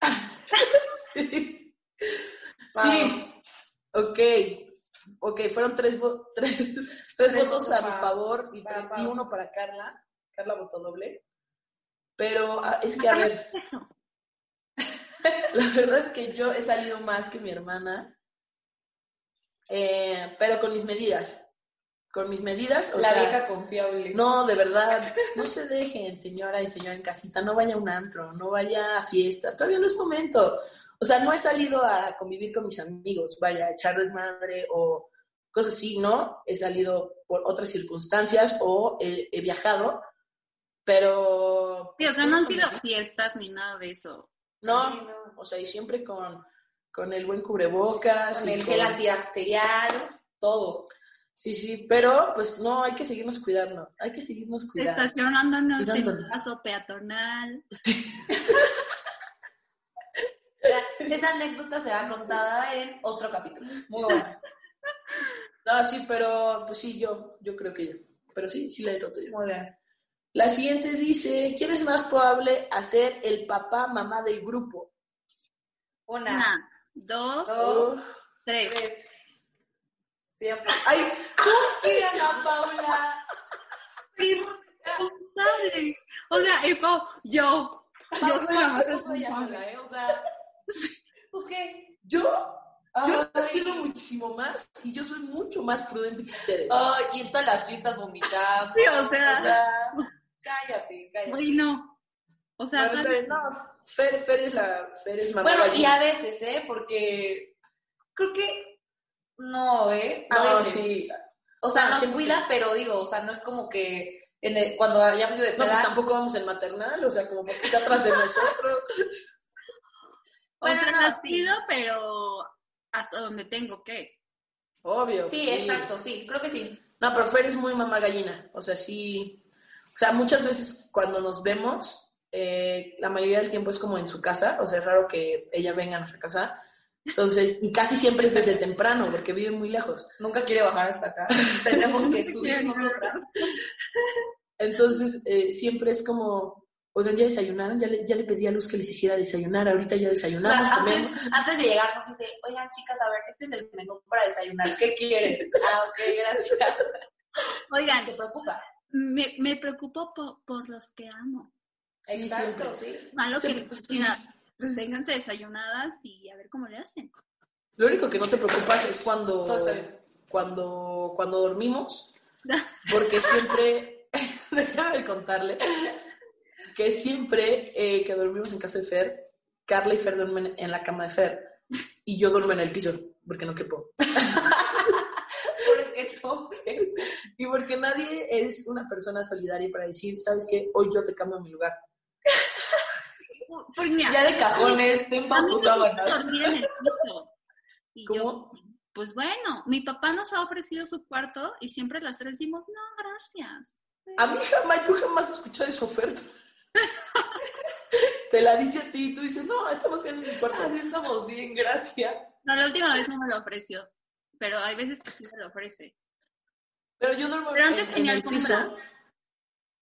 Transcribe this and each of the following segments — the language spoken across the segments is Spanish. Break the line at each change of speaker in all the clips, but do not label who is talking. Sí.
Wow.
Sí. Ok. Ok, fueron tres, vo- tres, tres votos
votos
a
pa-
mi favor y,
pa-
tre-
pa-
y uno para Carla. Carla votó doble. Pero ah, es que, a
Déjame
ver,
Eso.
La verdad es que yo he salido más que mi hermana, eh, pero con mis medidas. Con mis medidas, o
la
sea,
vieja confiable.
no, de verdad, no se dejen, señora y señor en casita, no vaya a un antro, no vaya a fiestas, todavía no es momento. O sea, no he salido a convivir con mis amigos, vaya a echar desmadre o cosas así, ¿no? He salido por otras circunstancias o he, he viajado, pero
Sí, o sea, no han sido fiestas ni nada de eso.
no,
Sí, no.
o sea, y siempre con, con el buen cubrebocas.
con
y
el
con-
gel antibacterial, todo.
Sí, sí, pero pues no, hay que seguirnos cuidando. Hay que seguirnos cuidando.
Estacionándonos en
Cuidándonos.
un paso peatonal.
Esa anécdota será contada en otro capítulo. Muy bueno,
No, sí, pero pues sí, yo, yo creo que yo. Pero sí, sí la he roto yo.
muy bien.
La siguiente dice, ¿quién es más probable a ser el papá, mamá del grupo?
Una,
Una, dos,
Oh.
Dos.
tres.
tres. Siempre. ¡Ay! ¡Tú sí, Ana Paula!
Irresponsable. O sea, eh, Pau, yo. Yo soy la más
Tú soy ella
responsable.
sola, ¿eh? O sea, ¿tú qué?
Yo, yo
Ay,
las cuido muchísimo más y yo soy mucho más prudente que ustedes.
ay, y en todas las fiestas vomitando.
Sí, o sea.
O sea, cállate, cállate.
Güey, no. O sea,
Bueno,
¿sabes?
está bien, no, Fer, Fer es la, Fer es mamá.
Bueno, y
gallina.
a veces, ¿eh? Porque creo que no, ¿eh? A
No,
veces.
Ah, sí.
O sea,
No,
nos
siempre.
cuida, pero digo, o sea, no es como que en el- cuando hayamos ido de
No, pues
peda,
tampoco vamos en maternal, o sea, como que está atrás de nosotros.
o
bueno,
sea,
no,
las
sí.
pido, pero hasta donde tengo que.
Obvio.
Sí, exacto, sí, creo que sí.
No, pero Fer es muy mamá gallina. O sea, sí. O sea, muchas veces cuando nos vemos, eh, la mayoría del tiempo es como en su casa. O sea, es raro que ella venga a nuestra casa. Entonces, y casi siempre es desde temprano, porque vive muy lejos.
Nunca quiere bajar hasta acá. Tenemos que subir
Bien,
nosotras.
Entonces, eh, siempre es como, oigan, ya desayunaron, ya le, ya le pedí a Luz que les hiciera desayunar, ahorita ya
O sea,
desayunamos,
antes,
comemos.
antes de llegar nos dice, oigan, chicas, a ver, este es el menú para desayunar, ¿qué quieren? Ah, ok, gracias.
Oigan,
Se preocupa.
me, me preocupo po- por, los que amo.
Sí,
Exacto,
siempre.
sí.
Malo
Sí,
que
pues, sí.
mira, vénganse desayunadas y a ver cómo le hacen.
Lo único que no te preocupas es cuando,
Todo está bien.
cuando, cuando dormimos, porque siempre, déjame de contarle, que siempre eh, que dormimos en casa de Fer, Carla y Fer duermen en la cama de Fer y yo duermo en el piso, porque no quepo.
Porque no,
y porque nadie es una persona solidaria para decir, ¿sabes qué? Hoy yo te cambio mi lugar.
Porque Pues, mira,
Ya de cajones, ten
a
pa'
mí
tus
se me ocurre
sábanas.
dormir en el piso. Y
¿Cómo?
yo, pues bueno, mi papá nos ha ofrecido su cuarto y siempre las tres dimos, no, gracias.
A mí jamás, yo jamás he escuchado esa oferta. Te la dice a ti y tú dices, no, estamos bien en mi cuarto. Así estamos bien, gracias.
No, la última vez no me lo ofreció, pero hay veces que sí me lo ofrece.
Pero yo duermo
Pero antes
en,
tenía
en el
alfombra.
piso.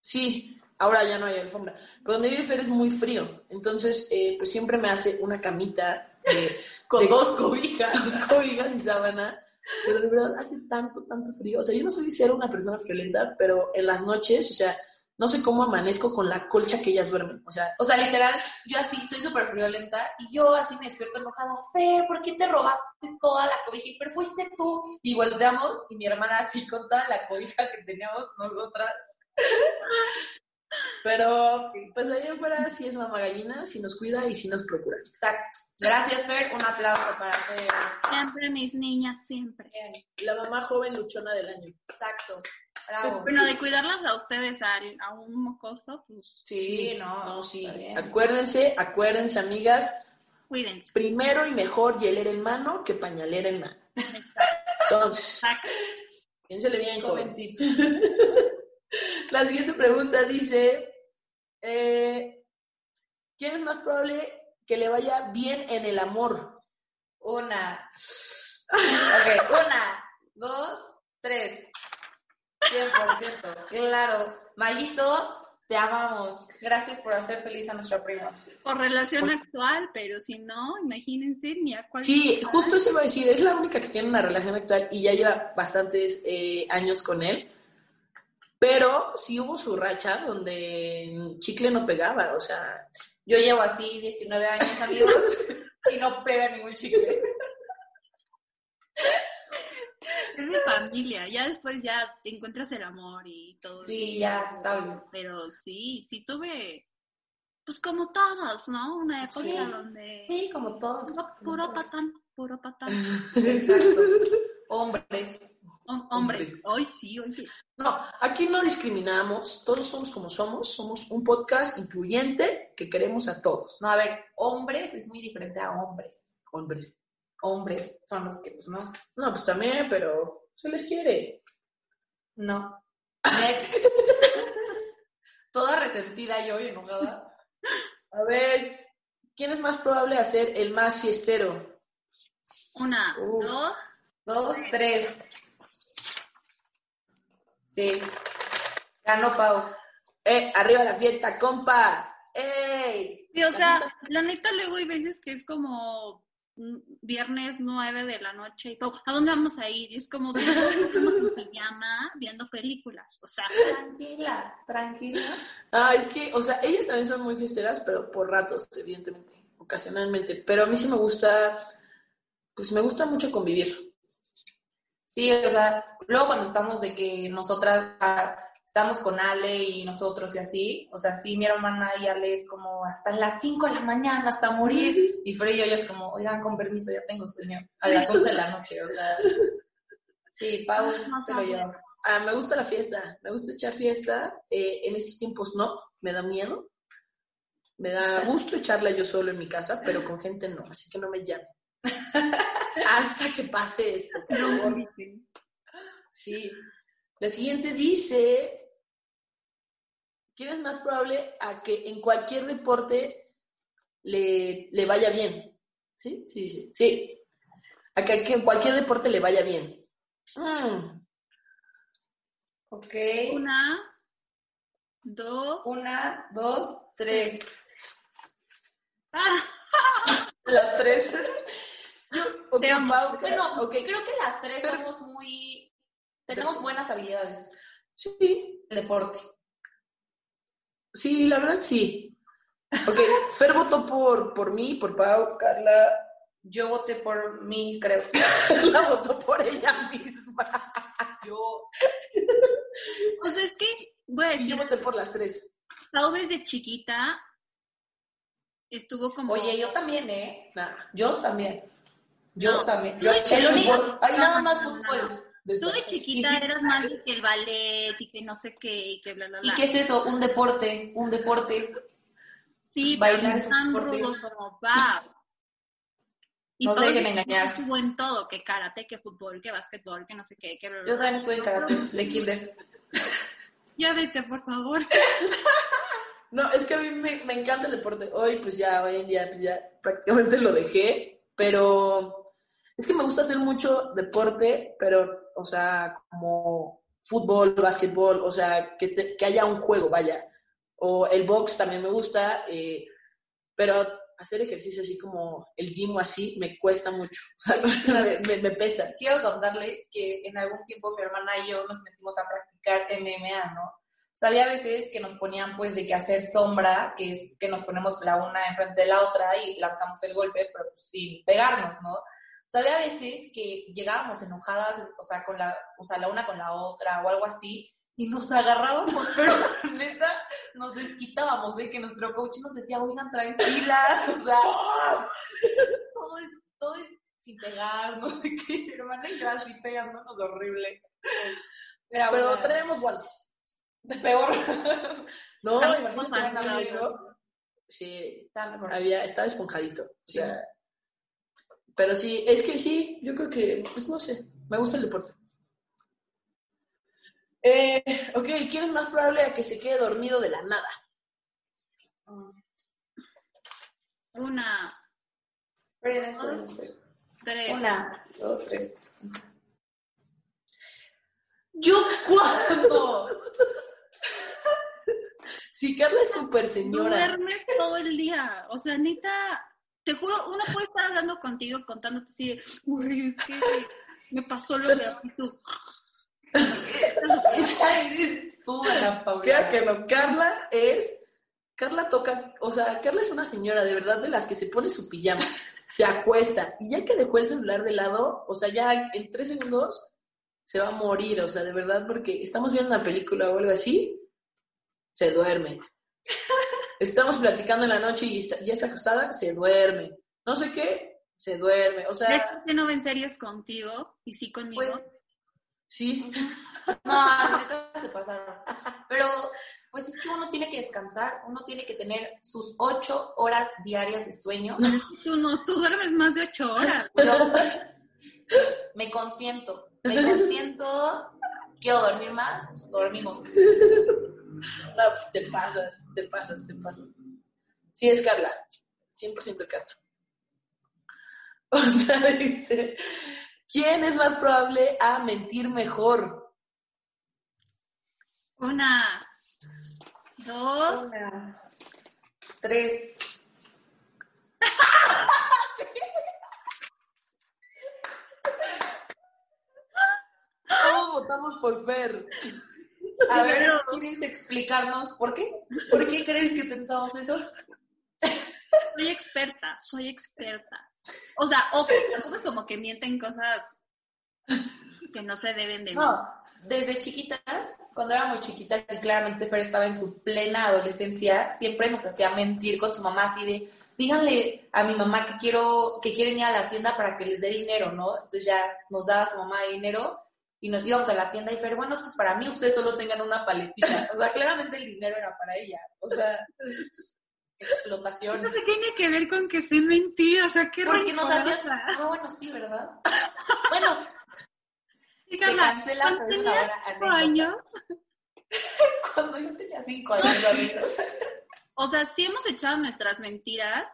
Sí, ahora ya no hay alfombra. Pero donde vive Fer es muy frío. Entonces, eh, pues siempre me hace una camita de-
Con
de-
dos cobijas.
dos cobijas y sábana. Pero de verdad hace tanto, tanto frío. O sea, yo no soy ser una persona friolenta, pero en las noches, o sea, no sé cómo amanezco con la colcha que ellas duermen. O sea,
O sea, literal, yo así soy súper friolenta y yo así me despierto enojada. Fer, ¿por qué te robaste toda la cobija? Y, Pero fuiste tú. Y volteamos y mi hermana así con toda la cobija que teníamos nosotras.
pero pues allá afuera sí es mamá gallina, si nos cuida y si nos procura.
Exacto. Gracias, Fer. Un aplauso para Fer.
Siempre mis niñas, siempre.
Bien,
La mamá joven luchona del año.
exacto. Bravo.
Bueno, de cuidarlas a ustedes, al- a un mocoso, pues
Sí, no,
sí.
Ah, está bien.
Acuérdense, acuérdense, amigas,
cuídense.
primero y mejor hielera en mano que pañalera en mano. Entonces,
Exacto.
piénsele bien, joven.
Joven tip.
La siguiente pregunta dice, eh, ¿quién es más probable que le vaya bien en el amor?
Una. Ok, una, dos, tres. 100%. Claro. Mayito, te amamos. Gracias por hacer feliz a nuestra prima.
Por relación actual, pero si no, imagínense ni a cuál.
Sí, justo se iba a decir, es la única que tiene una relación actual y ya lleva bastantes eh, años con él, pero sí hubo su racha donde chicle no pegaba, o sea,
Yo llevo así 19 años, amigos, y no pega ningún chicle.
Es de familia, ya después ya te encuentras el amor y todo.
Sí,
eso.
ya, estable.
Pero sí, sí tuve, pues como todos, ¿no? Una época
Sí.
donde...
Sí, como todos.
Puro, puro patán, puro patán.
Exacto. Hombres.
Hom- hombres,
Hombres.
hoy sí, oye.
No, aquí no discriminamos, todos somos como somos, somos un podcast incluyente que queremos a todos,
No, a ver, hombres es muy diferente a hombres.
hombres.
Hombres son los que, pues, no.
No, pues también, pero se les quiere.
No. Next. Toda resentida yo y enojada.
A ver, ¿quién es más probable a ser el más fiestero?
Una,
Uf.
dos,
Dos, tres. Sí. Ganó Pau.
¡Eh, arriba la fiesta, compa! ¡Ey!
Sí, o sea, la neta luego hay veces que es como mm, viernes 9 de la noche y Pau, ¿a dónde vamos a ir? Y es como de estamos en pijama viendo películas. O sea,
Tranquila, tranquila.
Ah, es que, o sea, ellas también son muy fiesteras, pero por ratos, evidentemente, ocasionalmente. Pero a mí sí me gusta, pues me gusta mucho convivir.
Sí, o sea, luego cuando estamos de que nosotras ah, estamos con Ale y nosotros y así, o sea, sí, mi hermana y Ale es como hasta las 5 de la mañana, hasta morir, y Frey y yo ya es como, oigan, con permiso, ya tengo sueño, a las 11 de la noche, o sea. Sí, Pau
No
se lo
sabe.
lleva.
Ah, me gusta la fiesta, me gusta echar fiesta. Eh, en estos tiempos no, me da miedo. Me da gusto echarla yo solo en mi casa, pero con gente no, así que no me llame. Hasta que pase esto, por favor. Sí. La siguiente dice, ¿quién es más probable a que en cualquier deporte le, le vaya bien? ¿Sí? Sí, sí, sí. A que, que en cualquier deporte le vaya bien. Mm,
Ok,
una, dos,
una, dos, tres.
ah,
Las tres.
ok,
Te amo.
Pau,
Bueno,
ok.
creo que las tres somos muy, tenemos buenas habilidades
Sí,
en el deporte.
sí, la verdad sí. Ok, Fer votó por, por mí, por Pau, Carla.
Yo voté por mí, creo.
Carla votó por ella misma.
Yo
o sea, es que voy a
Y yo
decir,
voté por las tres.
Pau desde chiquita estuvo como...
Oye, yo también, ¿eh?
Nah.
Yo también. Yo
No.
también.
Tú
Yo,
eres
el único.
fútbol.
Hay
No,
nada
no,
más
no, no,
fútbol.
Tú de chiquita eras más de que el ballet y que no sé qué y que bla, bla, bla.
¿Y qué es eso? Un deporte, un deporte.
sí, pero
bailar
no
es
tan
deporte.
rudo como va. Y
No se
todo
dejen
el mundo
engañar.
Estuvo en todo, que karate, que fútbol, que básquetbol, que no sé qué, que bla, bla,
Yo
bla.
también estuve en karate, de kinder.
Ya vete, por favor.
No, es que a mí me, me encanta el deporte. Hoy, pues ya, hoy en día, pues ya prácticamente lo dejé, pero es que me gusta hacer mucho deporte, pero, o sea, como fútbol, básquetbol, o sea, que, se- que haya un juego, vaya. O el box también me gusta, eh, pero hacer ejercicio así como el gym o así me cuesta mucho, o sea, me, me- me pesa.
Quiero contarles que en algún tiempo mi hermana y yo nos metimos a practicar MMA, ¿no? O sea, había veces que nos ponían pues de que hacer sombra, que es que nos ponemos la una enfrente de la otra y lanzamos el golpe, pero pues, sin pegarnos, ¿no? O sea, había veces que llegábamos enojadas, o sea, con la, o sea, la una con la otra o algo así, y nos agarrábamos, pero neta, nos desquitábamos, ¿eh? Que nuestro coach nos decía, oigan, tranquilas, o sea, todo es, todo es sin pegar, no sé qué, mi hermana y yo así pegándonos horrible. Era
Pero
una-
traemos guantes.
peor.
No,
Estaba
imagínate un
esponjadito.
amigo- Sí,
Está mejor.
Había, estaba esponjadito. O
Sí.
sea, pero sí, es que sí, yo creo que, pues no sé, me gusta el deporte. Eh, ok, ¿quién es más probable a que se quede dormido de la nada?
Una,
Esperen, esperen, esperen.
tres.
Una, dos, tres.
¿Yo cuándo? si Carla es súper señora.
Duermes todo el día. O sea, neta, te juro, uno puede estar hablando contigo, contándote así de, uy, es que me pasó lo que y tú.
Esa eres tú,
Creo
Ana Paula.
que no, Carla es, Carla toca, o sea, Carla es una señora de verdad de las que se pone su pijama, se acuesta y ya que dejó el celular de lado, o sea, ya en tres segundos se va a morir, o sea, de verdad, porque estamos viendo una película o algo así, se duerme. Estamos platicando en la noche y está- ya está acostada, se duerme. No sé qué, se duerme. O
De
sea,
que no ven series contigo y sí conmigo.
Pues,
sí,
No, neta se pasaron. Pero, pues es que uno tiene que descansar, uno tiene que tener sus ocho horas diarias de sueño.
Tú no, tú duermes más de ocho horas.
Yo me consiento, me consiento. Quiero dormir más, pues, dormimos.
no, pues te pasas, te pasas, te pasas. Sí, es Carla, 100% Carla. Otra dice, ¿quién es más probable a mentir mejor?
Una, dos,
Una, tres.
Todos votamos por Fer.
A ver, ¿quieres explicarnos por qué? ¿Por qué crees que pensamos eso?
soy experta, soy experta. O sea, ojo, tampoco es como que mienten cosas que no se deben de
No, desde chiquitas, cuando éramos chiquitas y claramente Fer estaba en su plena adolescencia, siempre nos hacía mentir con su mamá así de, díganle a mi mamá que quiero, que quieren ir a la tienda para que les dé dinero, ¿no? Entonces ya nos daba su mamá dinero y nos íbamos a la tienda y Fer, bueno, esto es para mí, ustedes solo tengan una paletita. O sea, claramente el dinero era para ella. O sea, explotación.
Eso se tiene que ver con que sé mentir, o sea, qué
Porque nos hacías,
rencorosa.
ah, bueno, sí, ¿verdad? Bueno,
Sí,
se
Carla,
cancela pues,
cuando
por
tenías
una hora
cinco
anécdota.
años,
cuando yo tenía cinco años, amigos.
o sea, sí hemos echado nuestras mentiras,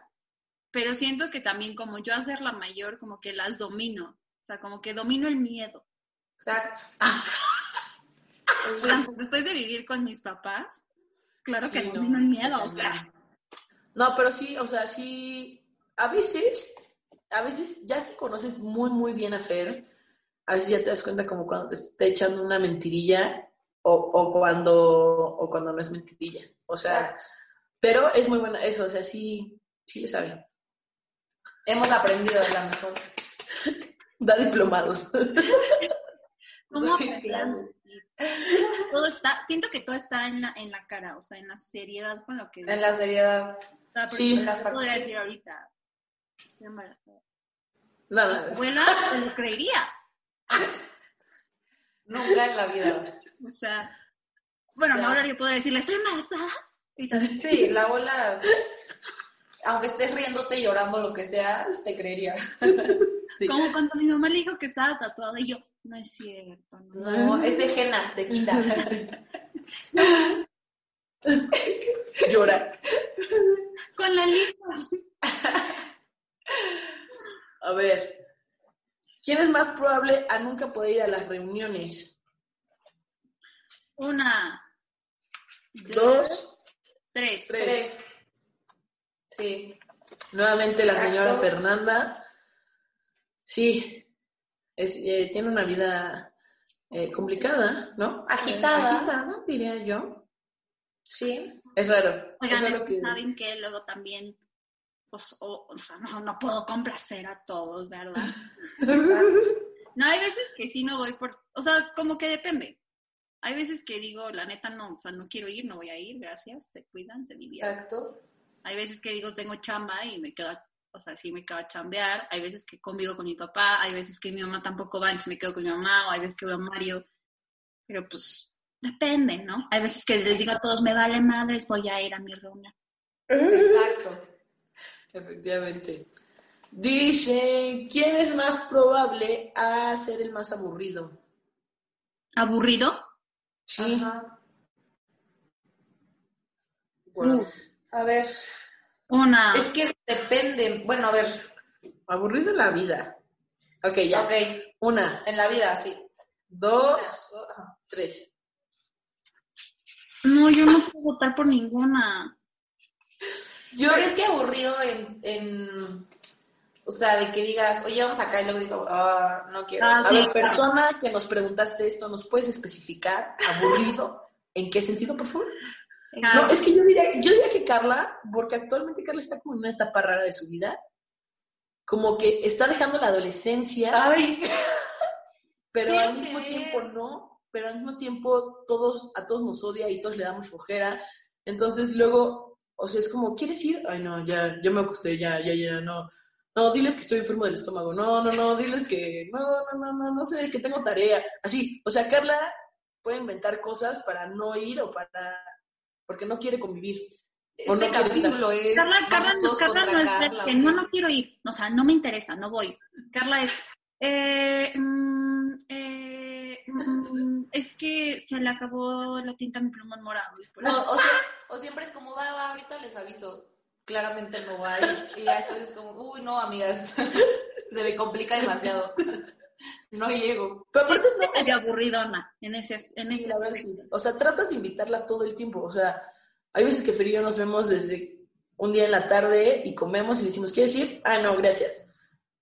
pero siento que también como yo a ser la mayor, como que las domino, o sea, como que domino el miedo.
Exacto.
Después de vivir con mis papás, claro que
Sí, no,
domino el miedo, o sea.
No, pero sí, o sea, sí, a veces, a veces ya si conoces muy, muy bien a Fer, a veces ya te das cuenta como cuando te está echando una mentirilla o, o cuando, o cuando no es mentirilla. O sea, pero es muy buena eso, o sea, sí, sí le sabe.
Hemos aprendido de la mejor.
Da diplomados.
¿Cómo
Claro.
aprendemos? Todo está, siento que todo está en la, en la cara, o sea, en la seriedad con lo que...
En la seriedad.
o sea, porque
sí,
no
las
te podría
facultades.
decir ahorita, estoy embarazada.
Nada.
Abuela, te lo creería.
Nunca en la vida.
O sea, bueno,
Ya.
no ahora yo podría decirle, estoy embarazada. Y también,
Sí, la ola, aunque estés riéndote y llorando, lo que sea, te creería.
Este,
como cuando mi mamá le dijo que estaba tatuada y yo, no es cierto, no.
No, es de Jena, se quita.
Llora.
Con la lista.
A ver. ¿Quién es más probable a nunca poder ir a las reuniones?
Una,
Dos,
tres.
tres.
Sí.
Nuevamente la señora
Exacto.
Fernanda. Sí, es, eh, tiene una vida eh, complicada, ¿no?
Agitada.
Agitada, diría yo.
Sí.
Es raro.
Oigan,
es raro que-
saben que luego también, pues, o, o sea, no, no puedo complacer a todos, ¿verdad? No, hay veces que sí no voy por, o sea, como que depende. Hay veces que digo, la neta no, o sea, no quiero ir, no voy a ir, gracias, se cuidan, se divierten.
Exacto.
Hay veces que digo, tengo chamba y me quedo, o sea, sí me quedo a chambear. Hay veces que convivo con mi papá, hay veces que mi mamá tampoco va, entonces me quedo con mi mamá, o hay veces que veo a Mario. Pero pues, depende, ¿no? Hay veces que les digo a todos, me vale madres, voy a ir a mi reunión.
Exacto.
Efectivamente. Dice, ¿quién es más probable a ser el más aburrido?
¿Aburrido?
Sí.
Ajá.
Bueno,
A ver.
Una.
Es que depende. Bueno, a ver.
aburrido en la vida. Ok, ya.
Ok.
Una,
En la vida, sí.
dos, tres.
No, yo no puedo votar por ninguna.
Yo
Pero es que aburrido en, en- O sea, de que digas, oye, vamos acá y luego digo, ah, no quiero.
Ah,
A
sí.
ver, persona que nos preguntaste esto, ¿nos puedes especificar aburrido? ¿En qué sentido, por favor?
Ah.
No, es que yo diría, yo diría que Carla, porque actualmente Carla está como en una etapa rara de su vida, como que está dejando la adolescencia,
Ay,
pero
quiero
al mismo
creer.
tiempo no, pero al mismo tiempo todos, a todos nos odia y todos le damos flojera. Entonces luego, o sea, es como, ¿quieres ir? Ay, no, ya, yo me acosté, ya, ya, ya, no. No, diles que estoy enfermo del estómago. No, no, no, diles que no, no, no, no, no sé, que tengo tarea. Así, o sea, Carla puede inventar cosas para no ir o para porque no quiere convivir. O
este
no quiere
capítulo es.
Carla,
vamos
Carla, no,
todos
Carla
contra
no es de
Carla,
que
¿o
no,
qué?
no quiero ir. O sea, no me interesa, no voy. Carla es. eh, mm, eh, mm, es que se le acabó la tinta a mi plumón morado. y por
No,
eso-
o, sea, o siempre es como, va, va, ahorita les aviso. Claramente no va. Y, y ya después es como, uy, no, amigas. Se me complica demasiado. No llego.
Pero aparte no, eh,
Es de aburridona en ese, en
sí,
ese
la verdad sí. O sea, tratas de invitarla todo el tiempo. O sea, hay veces que Fer y yo nos vemos desde un día en la tarde y comemos y le decimos, ¿quieres ir? Ah, no, gracias.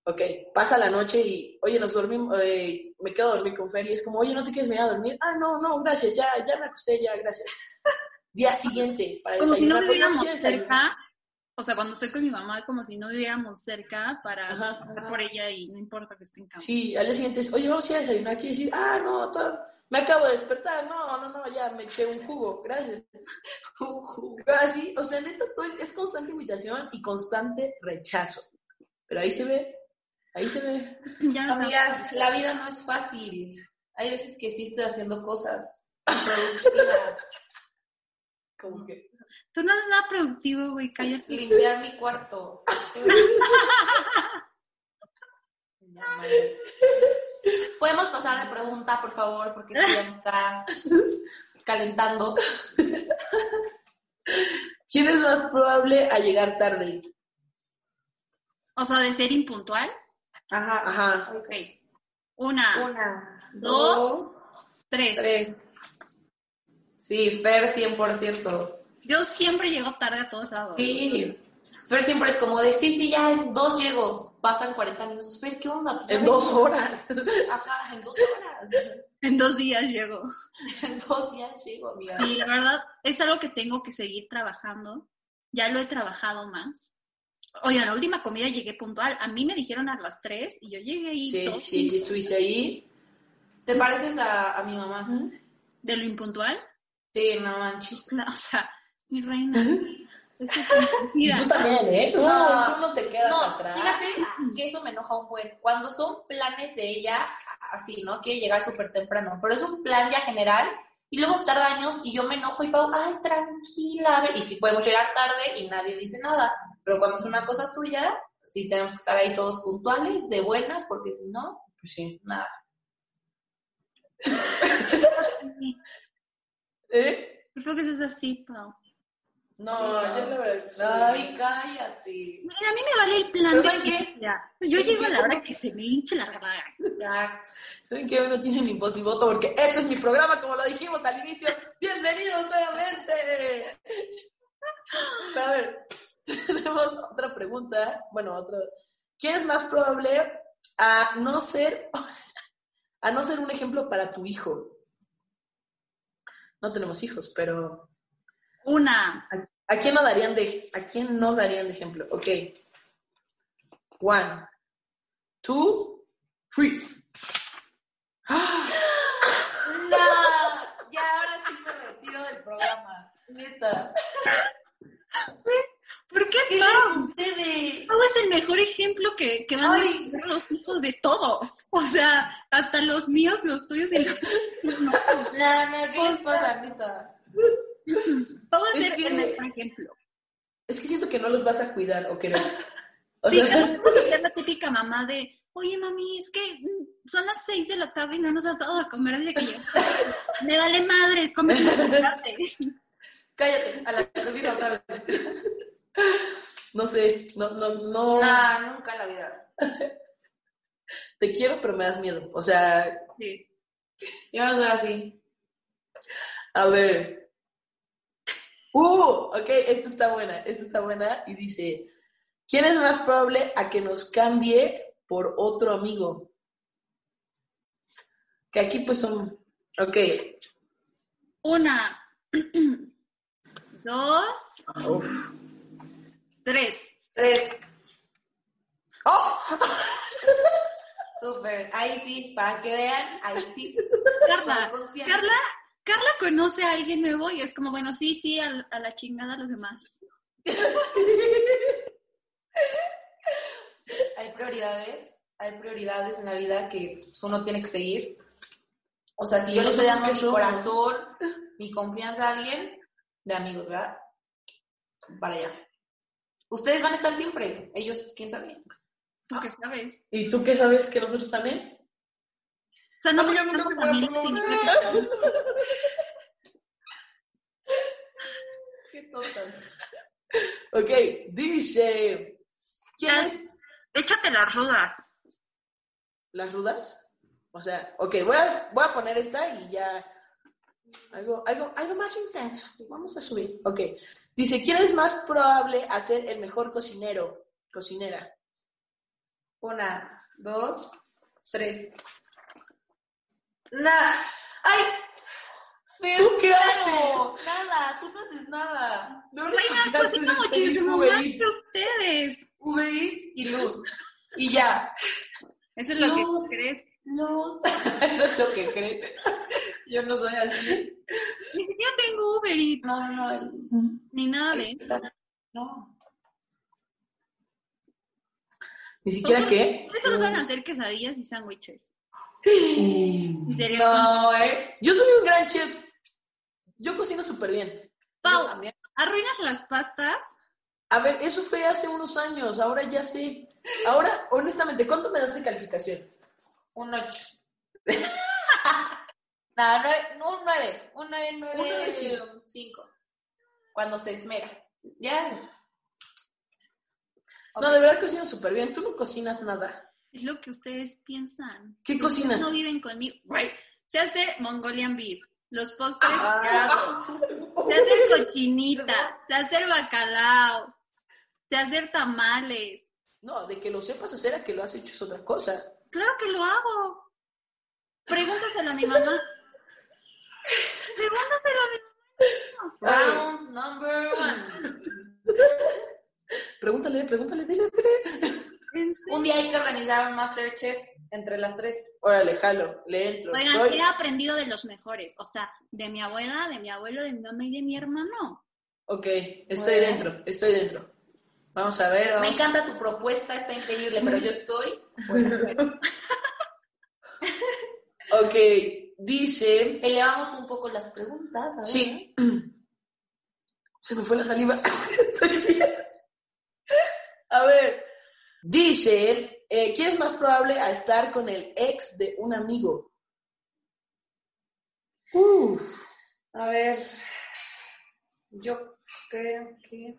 Ok, pasa la noche y, oye, nos dormimos, eh, me quedo a dormir con Fer y es como, oye, ¿no te quieres venir a dormir? Ah, no, no, gracias, ya, ya me acosté, ya, gracias. Día siguiente, para
Como si no
desayunar, "Oye,
viviéramos
¿quieres desayunar?".
cerca. O sea, cuando estoy con mi mamá, como si no viviéramos cerca para
Ajá,
pasar por ella y no importa que esté en cama.
Sí, al día siguiente es, oye, vamos a ir a desayunar, ¿quieres ir? Ah, no, todo- me acabo de despertar, no, no, no, ya, me eché un jugo, gracias. Así, o sea, neta, todo el- es constante invitación y constante rechazo. Pero ahí se ve, ahí se ve.
Ya no-
Amigas, la vida no es fácil. Hay veces que sí estoy haciendo cosas productivas.
Como que.
Tú no haces nada productivo, güey, cállate.
Limpiar mi cuarto. Ya, madre. Podemos pasar de pregunta, por favor, porque esto ya me está calentando.
¿Quién es más probable a llegar tarde?
O sea, de ser impuntual.
Ajá,
Ajá.
Ok. Una,
Una,
dos, tres.
tres. Sí, Fer 100%.
Yo siempre llego tarde a todos lados.
Sí. Fer siempre es como de, sí, sí, ya en dos llego. Pasan 40 minutos. Fer, ¿qué onda? Pues
En dos horas.
Ajá, en dos horas.
En dos días llego.
En dos días llego, amiga.
Y la verdad, es algo que tengo que seguir trabajando. Ya lo he trabajado más. Oye, a la última comida llegué puntual. A mí me dijeron a las tres y yo llegué ahí
Sí,
todo
sí, sí, estuviste ahí.
¿Te pareces a, a mi mamá?
de lo impuntual.
Sí, no manches.
Pues, claro, O sea, mi reina. Estoy súper confundida.
Tú también, ¿eh? No,
No.
tú no te quedas
No,
atrás.
fíjate que eso me enoja un buen. Cuando son planes de ella, así, ¿no? Quiere llegar súper temprano, pero es un plan ya general y luego tarda años y yo me enojo y Pau, ay, tranquila, a ver, y si podemos llegar tarde y nadie dice nada, pero cuando es una cosa tuya, sí tenemos que estar ahí todos puntuales, de buenas, porque si no,
Pues sí.
nada.
¿Eh?
Qué feo que seas así, Pau.
No, yo la verdad.
Ay, cállate.
Mira, a mí me vale el plan
¿Pero
de
saben qué?
publicidad. Yo llego a la hora que se me hinche la garganta.
Exacto.
¿Saben qué? Hoy No tienen ni voz ni voto porque este es mi programa, como lo dijimos al inicio. ¡Bienvenidos nuevamente! A ver, tenemos otra pregunta. Bueno, otra. ¿Quién es más probable a no ser a no ser un ejemplo para tu hijo? No tenemos hijos, pero
Una.
¿a quién no darían de a quién no darían de ejemplo? Ok. One, two, three.
No, ya ahora sí me retiro del programa. Neta.
¿Por qué
¿Qué
Pau?
le sucede?
Pau es el mejor ejemplo que, que van
Ay.
a ver los hijos de todos. O sea, hasta los míos, los tuyos y los...
No, no, ¿qué les pasa, neta?
Pau es,
Es
ser
que-
el mejor ejemplo.
Es que siento que no los vas a cuidar o querer. O
Sí,
sea,
claro, vamos a ser la típica mamá de, oye mami, es que mm, son las seis de la tarde y no nos has dado a comer desde que llegaste. Me vale madres, come tu chocolate.
Cállate, a la cocina otra vez.
no sé, no, no, no.
No, Ah, nunca en la vida.
Te quiero, pero me das miedo. O sea,
Sí.
Yo no soy así.
a ver. Uh, ok, esta está buena, esta está buena. Y dice, ¿quién es más probable a que nos cambie por otro amigo? Que aquí pues son, ok,
Una, dos,
Uf.
tres.
Tres.
¡Oh!
Súper. Ahí sí, para que vean, ahí sí.
Carla,
Con conciencia.
Carla, Carla conoce a alguien nuevo y es como, bueno, sí, sí, a, a la chingada a los demás.
Hay prioridades, hay prioridades en la vida que pues, uno tiene que seguir. O sea, si yo le estoy dando mi corazón, mi confianza a alguien, de amigos, ¿verdad? Para allá. Ustedes van a estar siempre, ellos, quién sabe.
¿Tú
Ah.
qué sabes?
¿Y tú qué sabes que nosotros también?
O sea, no
Ah, pues ya me
somos
tengo que
amigas
poner
sin-
"Ah". Qué tontas.
Ok, dice, ¿quién
Las-
es
pues, Échate las rudas.
¿Las rudas? O sea, ok, voy a, voy a poner esta y ya. Algo, algo, algo más intenso. Vamos a subir. Ok. Dice, ¿quién es más probable a ser el mejor cocinero? Cocinera.
Una, dos, tres. Nada. ¡Ay!
¿Tú qué
Claro, nada, tú no haces nada.
No,
Oigan,
haces
cocina
esta
muchísimo
Uber
más
Eats.
que ustedes.
Uber Eats y luz. Y ya.
Eso es lo que
Luz.
crees.
Luz. Eso es lo que cree. Yo no soy así.
Ni siquiera tengo Uber Eats,
No, no,
ni nada de eso.
no. No.
Ni siquiera qué.
Este,
Ustedes solo saben hacer quesadillas y sándwiches. Y sería como,
No, eh.
Yo soy un gran chef. Yo cocino súper bien.
Yo
Pau,
también.
arruinas las pastas.
A ver, eso fue hace unos años. Ahora ya sé. Ahora, honestamente, ¿cuánto me das de calificación?
Un ocho. nada, nueve, no, un nueve. Un nueve,
Un nueve,
nueve,
sí.
cinco. Cuando se esmera. Ya.
No, de verdad cocino súper bien. Tú no cocinas nada.
Es lo que ustedes piensan.
¿Qué
Ustedes
cocinas?
No viven conmigo. Güey, se hace Mongolian beef. Los postres
Ah.
se Se hace cochinita. Se hace el bacalao. Se hace tamales.
No, de que lo sepas hacer a que lo has hecho es otra cosa.
Claro que lo hago. Pregúntaselo a mi mamá. Pregúntaselo a mi mamá. Ah.
Round number one.
Pregúntale, pregúntale, dile, dile.
¿En serio?
Un día hay que organizar un Masterchef entre las tres.
Órale, jalo, le entro.
Oigan,
Estoy-
he aprendido de los mejores. O sea, de mi abuela, de mi abuelo, de mi mamá y de mi hermano.
Ok, estoy
Bueno.
dentro, estoy dentro. Vamos a ver,
Me
vamos
encanta tu propuesta, está increíble, pero yo estoy. Bueno, bueno.
Ok, dice.
Elevamos un poco las preguntas. a ver.
Sí. Se me fue la saliva. Estoy bien. A ver. Dice: eh, ¿Quién es más probable a estar con el ex de un amigo? Uf.
A ver, yo creo que.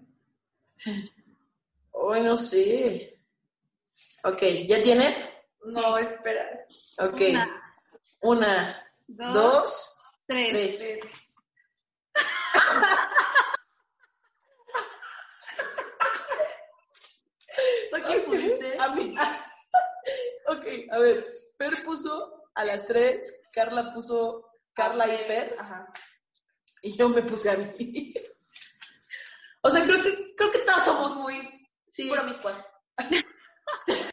Hoy no sé. Ok, ¿ya tiene?
No, espera.
Ok.
Una,
Una,
dos,
dos,
tres.
tres.
¿Tú a quién pusiste?
A mí. ok, a ver. Fer puso a las tres, Carla puso Carla y Fer,
Ajá.
y yo me puse a mí. o sea, creo que, creo que todos somos muy. Sí,
Promiscuas.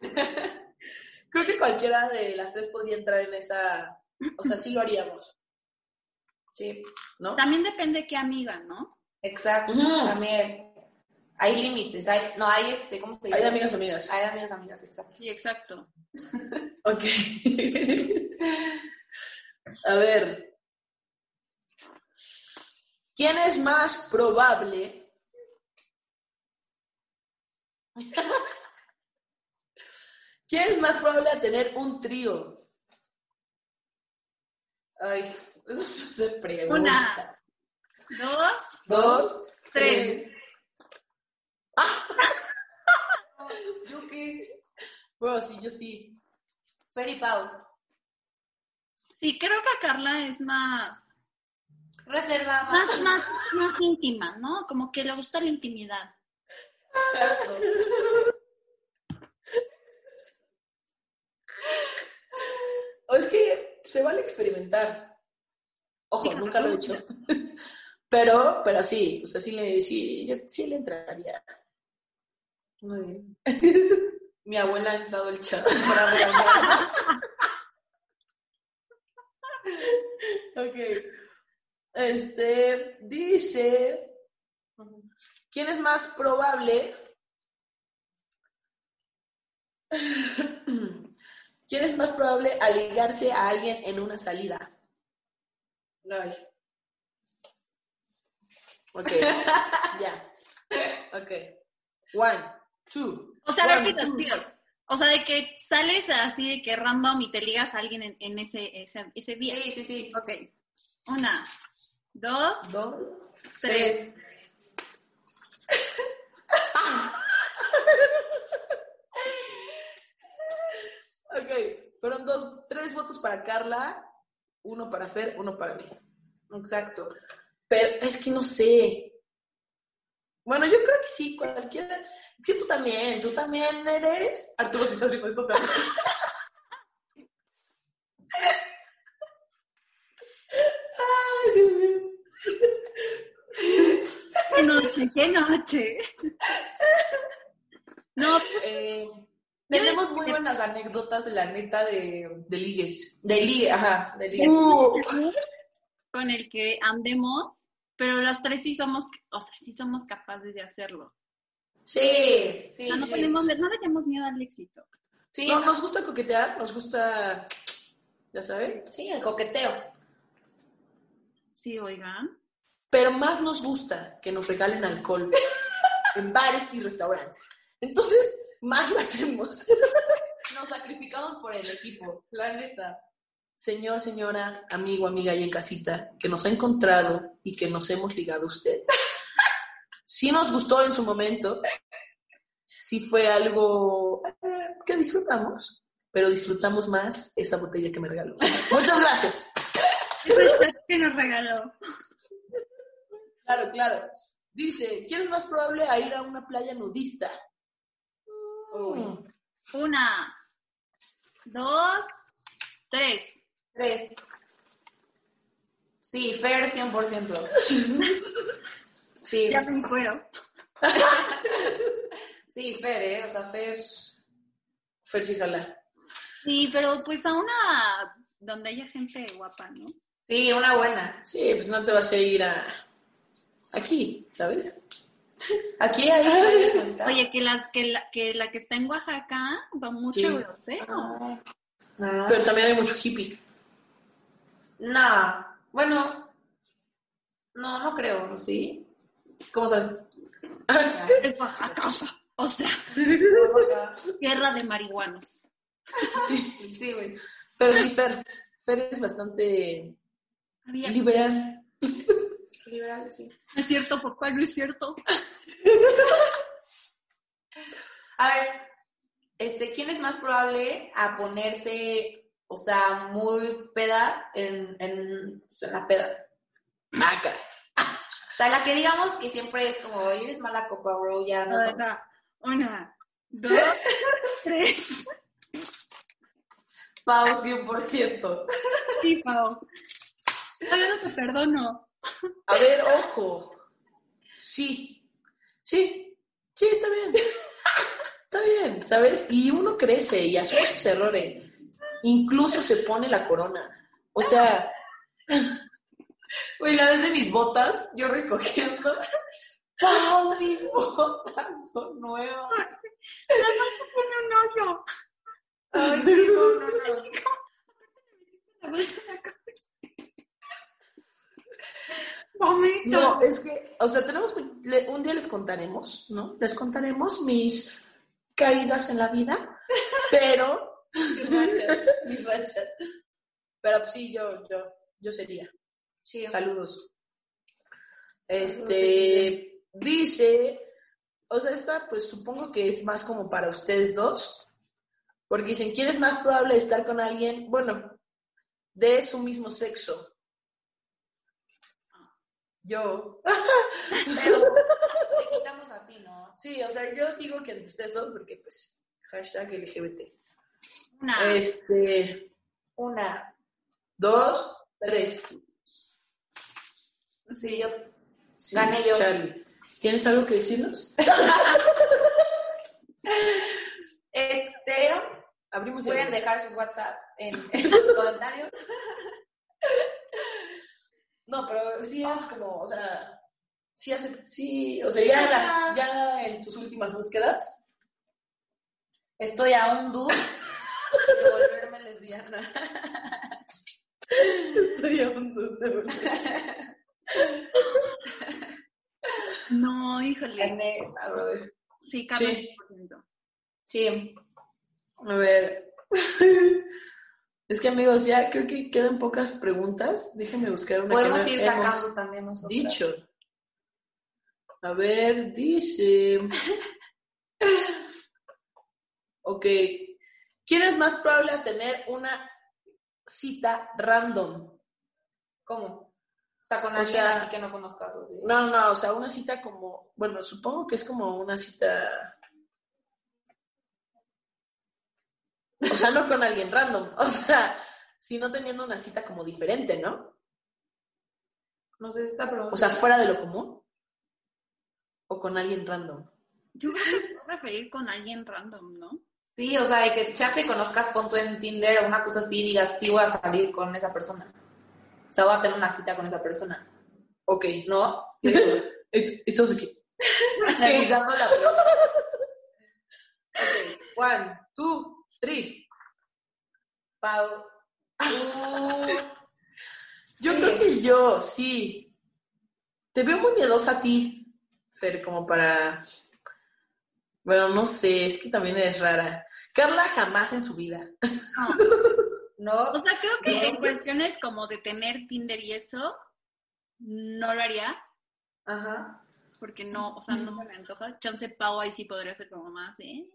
creo que cualquiera de las tres podría entrar en esa. O sea, sí lo haríamos,
Sí,
¿no?
También depende qué amiga, ¿no?
exacto.
Ujú.
También. Hay límites. Hay, no, hay este, ¿cómo se dice?
Hay de amigas, amigas.
Hay de amigas, amigas, exacto.
Sí, exacto.
Ok. a ver. ¿Quién es más probable ¿Quién es más probable a tener un trío? Ay, eso no se pregunta.
Una. Dos,
dos, Ah.
tres.
¿Yo qué? Bueno, sí, yo sí.
Fer y Pau.
Sí, creo que a Carla es más,
Reservamos.
más, más, más íntima, ¿no? Como que le gusta la intimidad.
O es que se vale experimentar. Ojo,
Sí,
nunca lo he hecho. Pero, pero sí, o sea, sí le, sí, yo sí le entraría.
Muy bien. Mi abuela ha entrado al chat para regañarme.
Ok. Este, dice, ¿quién es más probable? ¿Quién es más probable a ligarse a alguien en una salida?
Ay.
Ok, ya. Ok. One, two.
O sea,
one,
a ver qué
two.
tíos. O sea, de que sales así de que random y te ligas a alguien en, en ese, ese, ese día.
Sí, sí, sí.
Ok. Una, dos,
Dos,
tres.
tres.
Ok, fueron dos, tres votos para Carla, uno para Fer, uno para mí.
Exacto.
Pero es que no sé. Bueno, yo creo que sí, cualquiera. Sí, tú también, tú también eres. Arturo, si estás viendo esto, te amo. Ay, Dios mío.
¡Qué noche! ¡Qué noche! No,
Eh, tenemos muy buenas anécdotas de la neta de,
De ligues.
de ligue, ajá, de ligue.
Uh,
con el que andemos, pero las tres sí somos, o sea, sí somos capaces de hacerlo.
Sí,
O
sí,
sea, no
sí.
tenemos, no le tenemos miedo al éxito.
Sí,
no, nos gusta coquetear, nos gusta. Ya saben.
sí, el coqueteo.
Sí, oigan.
Pero más nos gusta que nos regalen alcohol en bares y restaurantes. Entonces, más lo hacemos.
Nos sacrificamos por el equipo, la neta.
señor, señora, amigo, amiga y en casita, que nos ha encontrado y que nos hemos ligado a usted. Sí nos gustó en su momento, sí fue algo eh, que disfrutamos, pero disfrutamos más esa botella que me regaló. Muchas gracias.
que nos regaló.
Claro, claro. Dice, ¿quién es más probable a ir a una playa nudista? Uy.
Una, dos, tres.
Tres. Sí, Fer 100%. Sí,
Ya me encuero.
sí, Fer, ¿eh? O sea, Fer.
Fer, sí, jala.
Sí, pero pues a una donde haya gente guapa, ¿no?
Sí, una buena.
Sí, pues no te vas a ir a, Aquí, ¿sabes?
Aquí hay varias
Oye, que la que la que, la que está en Oaxaca va mucho
Sí.
grosero.
Pero también hay mucho hippie.
No, bueno, no, no creo, ¿no? ¿sí? ¿Cómo sabes?
Es Oaxaca, o sea, o sea, tierra de marihuanos.
Sí.
Sí, güey.
Pero sí, Fer. Fer es bastante
Había- No
liberal.
Liberal, sí.
es cierto, papá, no es cierto.
A ver, este, ¿quién es más probable a ponerse, o sea, muy peda en, en, o sea, en la peda?
Ah, caray.
O sea, la que digamos que siempre es como, "Oye, eres mala copa, bro, ya no. vamos".
Una, una, dos, tres.
Pau 100%.
Sí, Pau. Todavía no te perdono.
A ver, ojo. Sí. Sí. Sí, está bien. Está bien, ¿sabes? Y uno crece y asume sus errores. Incluso se pone la corona. O sea,
Güey, la vez de mis botas, yo recogiendo. Pau, mis botas son nuevas.
Tiene un hoyo.
Ay, sí, no, no, no.
La bolsa de acá. Vomito.
no, es que, o sea, tenemos, que- le- un día les contaremos, ¿no? Les contaremos mis caídas en la vida, pero, mis rachas, mis rachas. Pero pues, sí, yo, yo, yo sería.
Sí,
Saludos. Este dice, o sea, esta pues supongo que es más como para ustedes dos, porque dicen, ¿quién es más probable de estar con alguien, bueno, de su mismo sexo? Yo.
pero te quitamos a ti, ¿no?
Sí, o sea, yo digo que entre ustedes dos, porque pues, hashtag LGBT.
Una.
Este,
Una.
dos, tres.
Sí, yo.
Sí,
Gané yo.
Charlie. ¿Tienes algo que decirnos?
Este,
Abrimos el-
pueden dejar sus WhatsApps en, en los comentarios.
No, pero sí es como, o sea, sí hace, sí, o sea, ya, las- ya en tus últimas búsquedas.
Estoy a un dúo de volverme lesbiana.
No, híjole.
Gané esta, brother.
Sí, Carlos.
Sí.
Sí.
A ver. es que amigos, ya creo que quedan pocas preguntas. Déjenme buscar una
Podemos
que
ir
no hemos
sacando también nosotros.
dicho. A ver, dice. ok. ¿Quién es más probable a tener una cita random?
¿Cómo? O sea, con
O
alguien
sea-
así que no conozcas. o sí.
No, no, o sea, una cita como, bueno, supongo que es como una cita. O sea, no con alguien random, o sea, sino teniendo una cita como diferente, ¿no?
No sé si está preguntando.
O sea, fuera de lo común. O con alguien random.
Yo creo que me puedo referir con alguien random, ¿no?
sí, o sea, de que chance conozcas, pon tú en Tinder o una cosa así y digas, sí voy a salir con esa persona. O sea, voy a tener una cita con esa persona.
Ok.
¿No?
Y todos aquí.
Analizando la pregunta.
One, two, three.
Pau. Uh,
Yo
Sí.
creo que yo, sí. Te veo muy miedosa a ti, Fer, como para... Bueno, no sé, es que también eres rara. Carla jamás en su vida.
no,
O sea, creo que en cuestiones como de tener Tinder y eso, no lo haría,
Ajá.
porque no, o sea, no me antoja. Chance Pau ahí sí podría ser como más, ¿eh?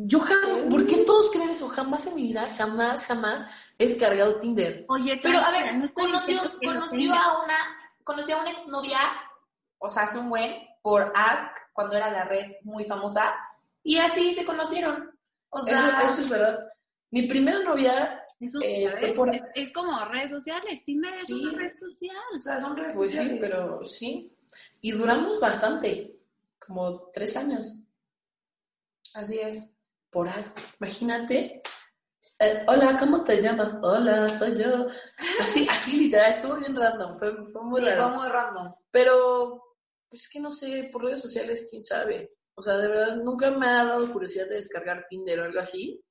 Yo jamás... ¿Por qué todos creen eso? Jamás en mi vida, jamás, jamás he descargado Tinder.
Oye,
Pero a
tranquila,
ver,
no estoy
conoció,
diciendo que lo
conoció
tenga.
a una, conoció a una exnovia, o sea, hace un buen, por Ask, cuando era la red muy famosa, y así se conocieron. O sea,
Eso, eso es verdad. Mi primera novia...
Es, un-
eh,
¿sabes?
fue por-
Es- es como redes sociales, Tinder es
Sí.
una red social.
o sea, son redes
Pues sí,
sociales.
pero sí. Y duramos bastante, como tres años.
Así es.
por asco. Imagínate. eh, hola, ¿cómo te llamas? Hola, soy yo. Así, así literal, estuvo bien random, fue, fue muy
Sí, fue
raro.
muy random.
Pero pues es que no sé, por redes sociales, quién sabe. O sea, de verdad, nunca me ha dado curiosidad de descargar Tinder o algo así.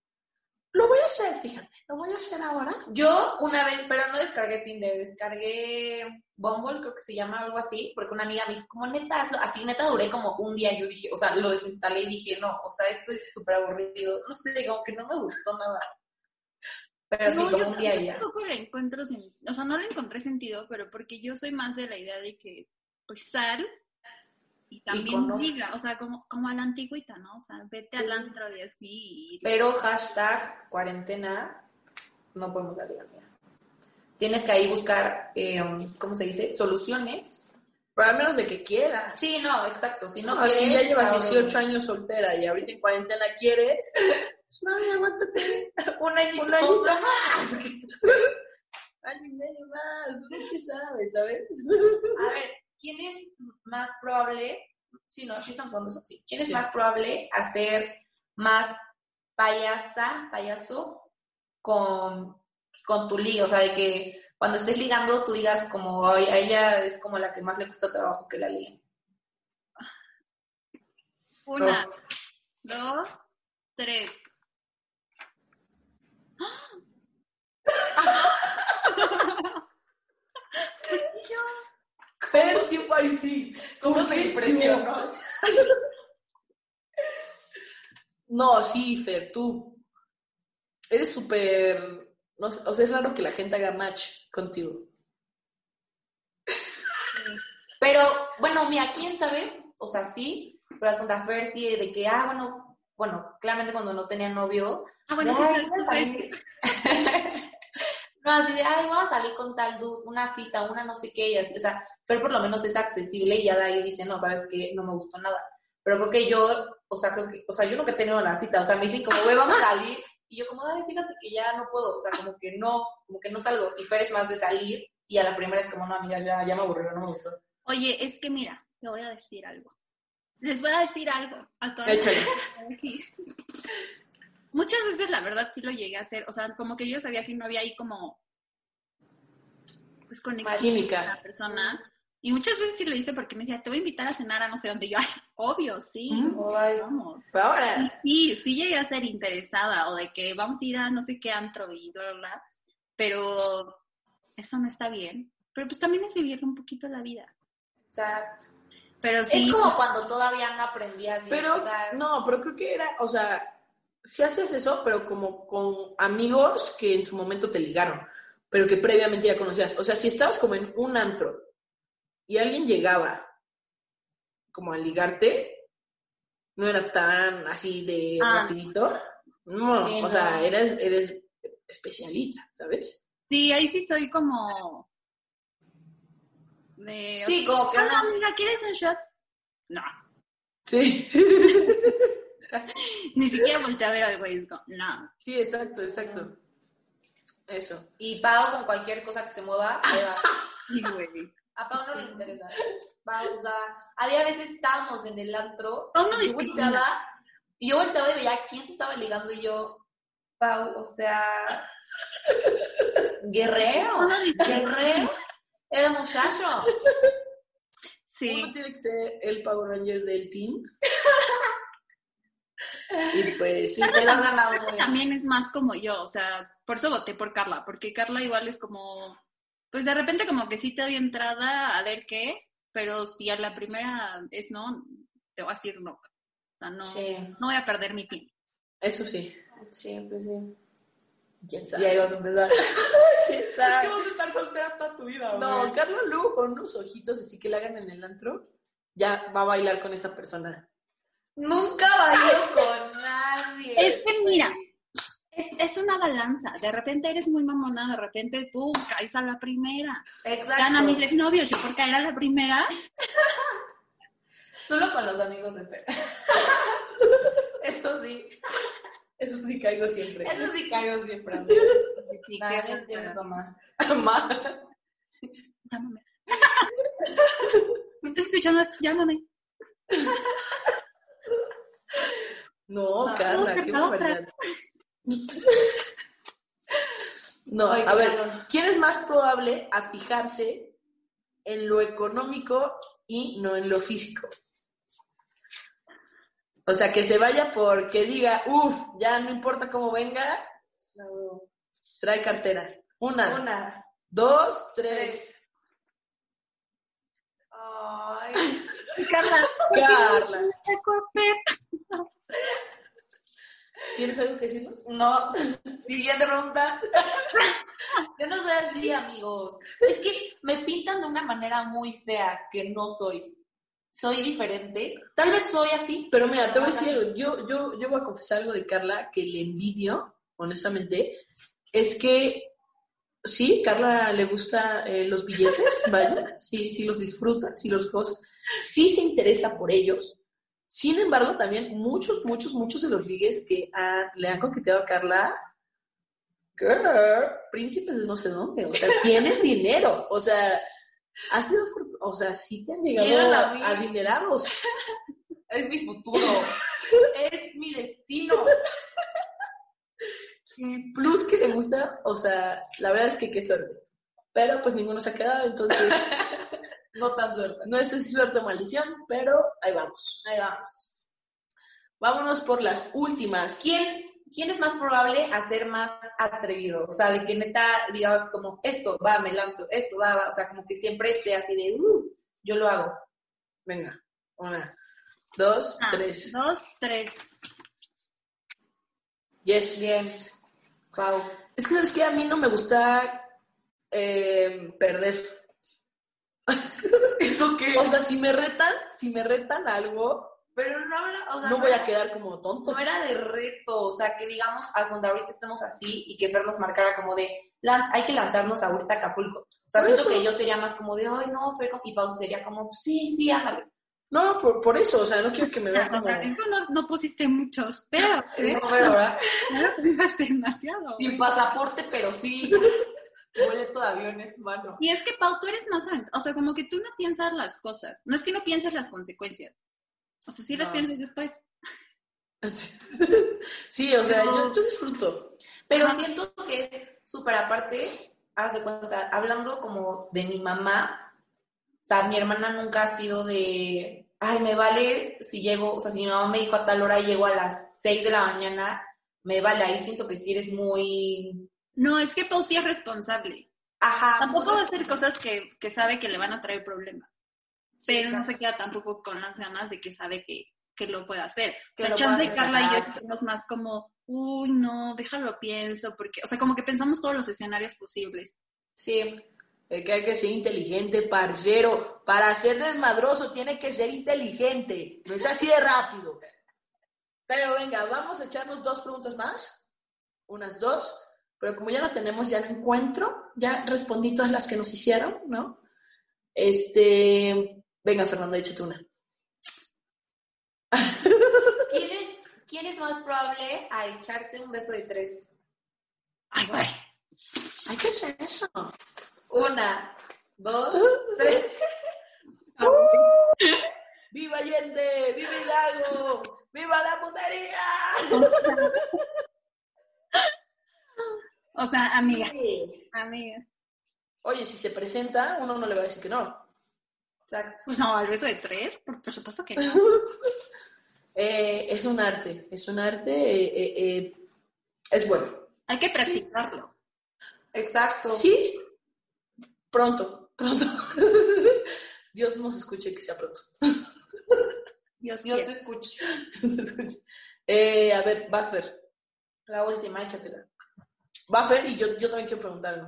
Lo voy a hacer, fíjate, lo voy a hacer ahora.
Yo una vez, pero no descargué Tinder, descargué Bumble, creo que se llama algo así, porque una amiga me dijo, como neta, hazlo. así neta duré como un día, yo dije, o sea, lo desinstalé y dije, no, o sea, esto es súper aburrido, no sé, como que no me gustó nada. Pero sí,
No,
como
yo,
un día
yo
y ya.
tampoco le encuentro sen- o sea, no le encontré sentido, pero porque yo soy más de la idea de que, pues, sal y también
conoce.
diga, o sea, como, como a la antigüita, ¿no? O sea, vete al antro y así. y-
Pero hashtag cuarentena, no podemos salir, amiga. Tienes que ahí buscar, eh, ¿cómo se dice? Soluciones.
Pero al menos de que quiera.
Sí, no, exacto, si no...
No, si ya
quieres,
llevas
cabrón.
18 años soltera y ahorita en cuarentena quieres, pues, no, ya aguántate
Un añito.
un añito más. Año y medio más, tú qué sabes, ¿sabes?
A ver, ¿quién es más probable? Sí, no, sí están jugando eso, sí. ¿Quién es
Sí.
más probable a ser más payasa, payaso con, con tu liga? O sea, de que cuando estés ligando tú digas como, "Ay, a ella es como la que más le cuesta trabajo que la ligue.
Una, dos, tres.
Pero sí, ahí sí.
¿Cómo te
Sí,
impresionó?
No, sí, Fer, tú eres súper... No, sé, o sea, es raro que la gente haga match contigo.
Pero, bueno, mira, ¿quién sabe? O sea, sí, pero las cuentas Fer sí, de que, ah, bueno, bueno, claramente cuando no tenía novio,
Ah, bueno,
De,
sí,
"Ay,
pero-
voy a salir". No, así de, ay, vamos a salir con tal luz, una cita, una no sé qué, y así, o sea, Fer por lo menos es accesible y ya de ahí dice, no, sabes que no me gustó nada. Pero creo que yo, o sea, creo que, o sea, yo nunca he tenido una cita, o sea, me dicen como, güey, vamos a salir, y yo como, ay, fíjate que ya no puedo, o sea, como que no, como que no salgo, y Fer es más de salir, y a la primera es como, no, amiga, ya, ya me aburrió, no me gustó.
Oye, es que mira, te voy a decir algo. Les voy a decir algo a todas las
Échale.
aquí. Muchas veces la verdad sí lo llegué a hacer, o sea, como que yo sabía que no había ahí como pues conexión
Química.
con la persona. Y muchas veces sí lo hice porque me decía, te voy a invitar a cenar a no sé dónde. Y yo, ay, obvio, sí,
Mm.
vamos.
Pero ahora...
Sí, sí llegué a ser interesada o de que vamos a ir a no sé qué antro y bla, bla, bla. Pero eso no está bien. Pero pues también es vivir un poquito la vida.
O sea,
Pero sí.
es como cuando todavía no aprendías, bien,
Pero,
o sea,
no, pero creo que era, o sea, si haces eso, pero como con amigos que en su momento te ligaron, pero que previamente ya conocías. O sea, si estabas como en un antro y alguien llegaba como a ligarte, no era tan así de
Ah.
rapidito. No,
Sí,
o
no.
sea, eres, eres especialita, ¿sabes?
Sí, ahí sí soy como. De,
sí, como que
Hola,
no.
amiga, ¿quieres un shot? No,
Sí.
ni siquiera volteé a ver al güey. digo, No.
Sí, exacto, exacto. Eso.
Y Pau con cualquier cosa que se mueva, ahí va.
Sí, güey.
A Pau no le interesa. Pau, o sea, había veces estábamos en el antro.
Pau no
y yo
discrimina.
volteaba, y yo volteaba y veía a quién se estaba ligando y yo, Pau, o sea, guerrero,
No discrimina.
guerrero, era muchacho.
Uno
Sí.
tiene que ser el Power Ranger del team. y pues sí.
Y te lo has ganado muy bien.
También es más como yo, o sea, por eso voté por Carla, porque Carla igual es como. Pues de repente, como que sí te doy entrada a ver qué, pero si a la primera es no, te voy a decir no. O sea, no,
Sí,
no voy a perder mi tiempo.
Eso sí.
sí, pues sí.
¿Quién
Y ahí vas a empezar.
sabe?
a estar soltera toda tu vida,
No, Carlos Lugo con unos ojitos así que le hagan en el antro, ya va a bailar con esa persona.
Nunca bailé con nadie.
Es que mira, es, es una balanza. De repente eres muy mamona, de repente tú caes a la primera.
Exacto.
Ganan mis exnovios, yo por caer a la primera.
Solo con los amigos de Fer. Eso sí.
Eso sí caigo siempre.
Eso sí caigo siempre.
Sí,
Nada,
qué
no es cierto, ma.
Ma-
Llámame. ¿Me estás escuchando? Llámame.
No,
No,
Carla,
no,
qué
Carla,
barbaridad. No,
Ay,
a ver,
Carla.
¿quién es más probable a fijarse en lo económico y no en lo físico. O sea, que se vaya porque diga, uff, ya no importa cómo venga, trae cartera. Una,
Una.
dos, tres.
Ay,
Carla,
Carla,
la corpeta.
¿tienes algo que decirnos?
no, siguiente pregunta. Yo no soy así, amigos. Es que me pintan de una manera muy fea que no soy. Soy diferente. Tal vez soy así.
Pero mira, te voy a decir algo. Yo, yo, yo voy a confesar algo de Carla que le envidio, honestamente. Es que sí, Carla le gusta eh, los billetes, vaya. Sí, sí los disfruta, sí los goza. Sí se interesa por ellos. Sin embargo, también muchos, muchos, muchos de los ligues que ha- le han coqueteado a Carla, girl, príncipes de no sé dónde. O sea, tienen dinero. O sea, ha sido, for- o sea, sí te han llegado
Llegan a mí.
adinerados.
Es mi futuro. es mi destino.
Y plus que le gusta, o sea, la verdad es que qué suerte. Pero pues ninguno se ha quedado, entonces
No tan suerte.
no es si suerte o maldición, pero ahí vamos.
Ahí vamos.
Vámonos por las últimas.
¿Quién, ¿Quién es más probable a ser más atrevido? O sea, de que neta digas como, esto, va, me lanzo, esto, va, va. O sea, como que siempre esté así de, "Uh, yo lo hago.
Venga, una, dos,
Ah.
Una,
tres.
Dos, tres.
Yes.
Bien. Wow.
Es que sabes que a mí no me gusta eh, perder.
¿Eso qué?
O sea, si me retan, si me retan algo,
pero no habla, o sea,
no voy a quedar como tonto.
no era de reto, o sea, que digamos, a donde ahorita estemos así y que Fer nos marcara como de, "Lan- hay que lanzarnos ahorita a Acapulco. O sea,
Por
siento
eso.
que yo sería más como de, ay, no, Fer, y Pau sería como, sí, sí, ándale.
No, por, por eso, o sea, no quiero que me vean
San
como...
Francisco no, no pusiste muchos pero ¿eh?
No, pero ahora,
No pusiste demasiado. güey.
sin pasaporte, pero sí. Boleto de avión en mano.
Y es que, Pau, tú eres más... an- O sea, como que tú no piensas las cosas. No es que no pienses las consecuencias. O sea, sí las
No.
piensas después.
Sí, o sea,
No.
yo- yo disfruto.
Pero
Ajá.
siento que es súper aparte, haz de cuenta, hablando como de mi mamá, o sea, mi hermana nunca ha sido de, ay, me vale si llego, o sea, si mi mamá me dijo a tal hora llego a las 6 de la mañana, me vale, ahí siento que si eres muy,
No, es que Pau sí es responsable.
ajá.
Tampoco va a
muy-
hacer cosas que, que sabe que le van a traer problemas. Pero no se queda tampoco con las ganas de que sabe que, que lo puede hacer.
Que
o sea,
lo
chance de
puede hacer,
Carla y yo
exacto.
estamos más como, uy, no, déjalo pienso, porque, o sea, como que pensamos todos los escenarios posibles.
Sí,
Eh, que hay que ser inteligente, parcero. Para ser desmadroso tiene que ser inteligente. No es así de rápido. Pero venga, vamos a echarnos dos preguntas más. Unas dos. Pero como ya no tenemos, ya no encuentro. Ya respondí todas las que nos hicieron, ¿no? Este. Venga, Fernanda, échate una.
¿Quién es, ¿quién es más probable a echarse un beso de tres?
Ay, güey.
Ay, ¿qué es eso?
Una, dos,
Uh.
tres.
¡Viva Allende! ¡Viva Hidalgo! ¡Viva la putería!
O sea, amiga. Amiga.
Oye, si se presenta, uno no le va a decir que no.
Exacto.
Pues no, al beso de tres, por, por supuesto que no.
Eh, es un arte, es un arte, eh, eh, eh, es bueno.
Hay que practicarlo.
Exacto.
Sí, pronto, pronto. Dios nos escuche que sea pronto.
Dios
Dios te
quiera.
escuche.
Nos escuche. Eh, a ver, Buffer.
La última, échatela.
Buffer, y yo, yo también quiero preguntar algo.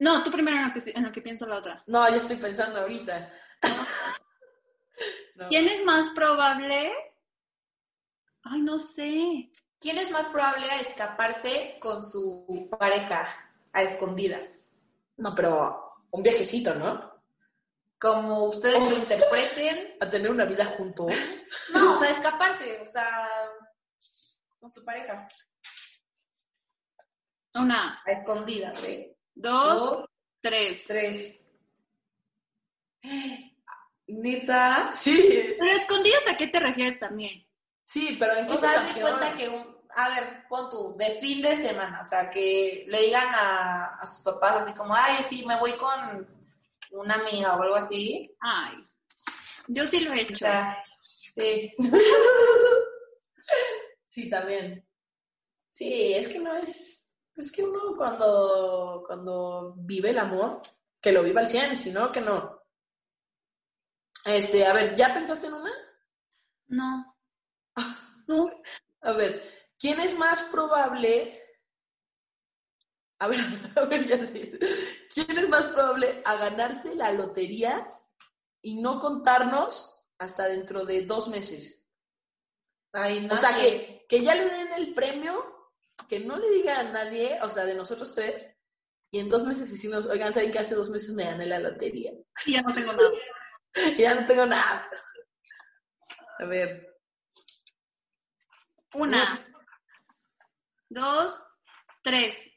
No, tú primero en lo, que, en lo que pienso la otra.
No, yo estoy pensando ahorita. No.
¿Quién es más probable? Ay, no sé.
¿Quién es más probable a escaparse con su pareja a escondidas?
No, pero un viajecito, ¿no?
Como ustedes
Oh.
lo interpreten.
A tener una vida juntos.
No, o sea, escaparse, o sea, con su pareja
Una,
a escondidas, ¿eh?
dos, tres.
tres. Nita.
Sí,
Pero escondidas, ¿a qué te refieres también?
sí, pero ¿en qué
O sea, haz de
situación?
cuenta que un, a ver, pon tú, de fin de semana, o sea, que le digan a, a sus papás así como, ay, sí, me voy con una amiga o algo así.
Ay, yo sí lo he
O
hecho.
sea, sí.
Sí, también. Sí, es que no es. Es que uno cuando, cuando vive el amor, que lo viva al 100, si no, que no. Este, a ver, ¿ya pensaste en una?
No. ¿Tú?
A ver, ¿quién es más probable? A ver, a ver, ya sé. ¿Quién es más probable a ganarse la lotería y no contarnos hasta dentro de dos meses?
Ay,
O sea,
nadie.
que, que ya le den el premio, que no le diga a nadie, o sea, de nosotros tres, y en dos meses hicimos, oigan, ¿saben que hace dos meses me gané la lotería?
Sí, ya no tengo nada.
Y ya no tengo nada. A ver,
Una, dos, tres.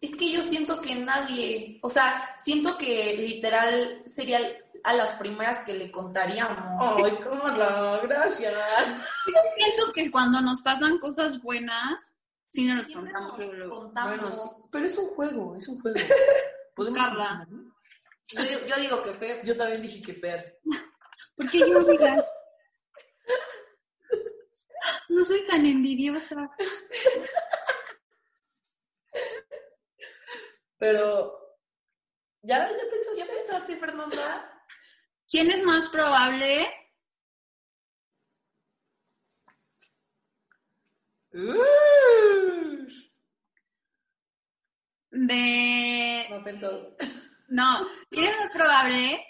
Es que yo siento que nadie, o sea, siento que literal sería a las primeras que le contaríamos.
ay, cómo no, gracias.
Yo siento que cuando nos pasan cosas buenas, sí nos las
Siempre
contamos. luego,
nos
luego.
contamos.
Bueno, sí, pero es un juego, es un juego. Podemos
Carla.
continuar.
yo, yo digo que Fer.
Yo también dije que Fer.
¿Por qué yo diga? No soy tan envidiosa.
Pero, ¿ya, ya pensaste?
¿Qué pensaste, Fernanda?
¿Quién es más probable?
Uh,
De.
no pensó.
No, ¿quién es más probable?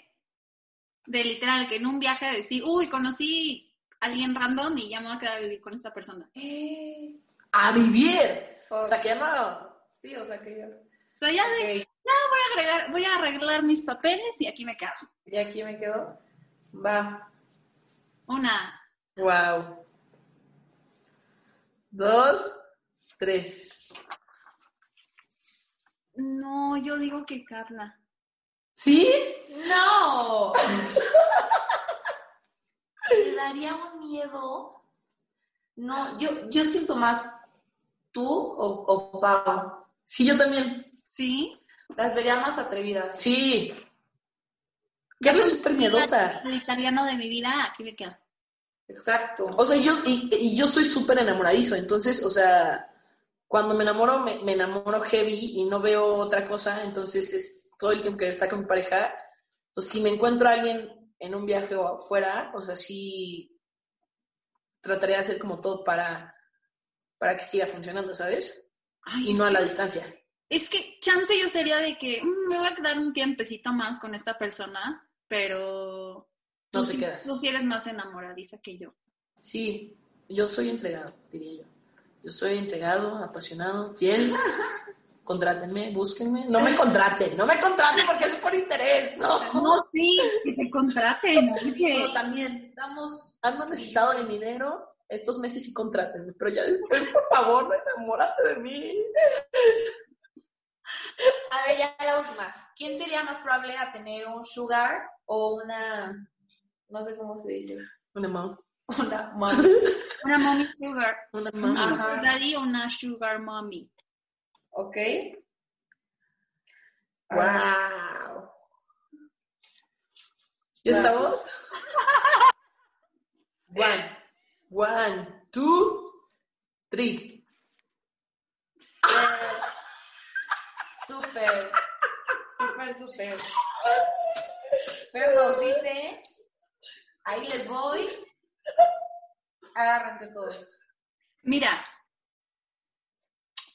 De literal, que en un viaje decir, uy, conocí a alguien random y ya me voy a quedar a vivir con esta persona.
Eh,
A vivir.
fuck.
O sea, que ya no...
sí, o sea que yo.
O sea, ya de,
Ok,
voy, a agregar- voy a arreglar mis papeles y aquí me quedo.
y aquí me quedo. Va.
Una,
Wow. Dos, tres.
no, yo digo que Carla.
¿Sí?
¡No! Me daría un miedo. No, yo, yo siento más tú o, o Pau.
Sí, yo también.
¿Sí?
Las vería más atrevidas.
Sí. Carla es súper miedosa.
El italiano de mi vida, aquí me quedo.
Exacto.
O sea, yo, y, y yo soy súper enamoradizo, entonces, o sea, cuando me enamoro, me, me enamoro heavy y no veo otra cosa, entonces es todo el tiempo que está con mi pareja. Entonces, si me encuentro a alguien en un viaje o afuera, o sea, sí trataré de hacer como todo para, para que siga funcionando, ¿sabes?
Ay,
y no a la distancia.
Es que chance yo sería de que mm, me voy a quedar un tiempecito más con esta persona, pero
No
tú
te
sí-
quedas.
Tú sí eres más enamoradiza que yo.
Sí, yo soy entregado, diría yo. Yo soy entregado, apasionado, fiel. Contrátenme, búsquenme. No me contraten, no me contraten porque es por interés, no.
No, sí, que te contraten.
Pero también, estamos, han necesitado de mi dinero estos meses sí contrátenme, pero ya después, por favor, enamórate de mí.
A ver, ya la última. ¿Quién sería más probable a tener un sugar o una, no sé cómo se dice,
Una mamá,
una mom?
Una mommy sugar.
una
Un
mamá.
sugar daddy o una sugar mommy.
¿Ok?
Wow. ¿Ya estamos? One, one, two, three.
Súper, súper, súper. Pero nos dice, ahí les voy. Agárrense todos.
Mira,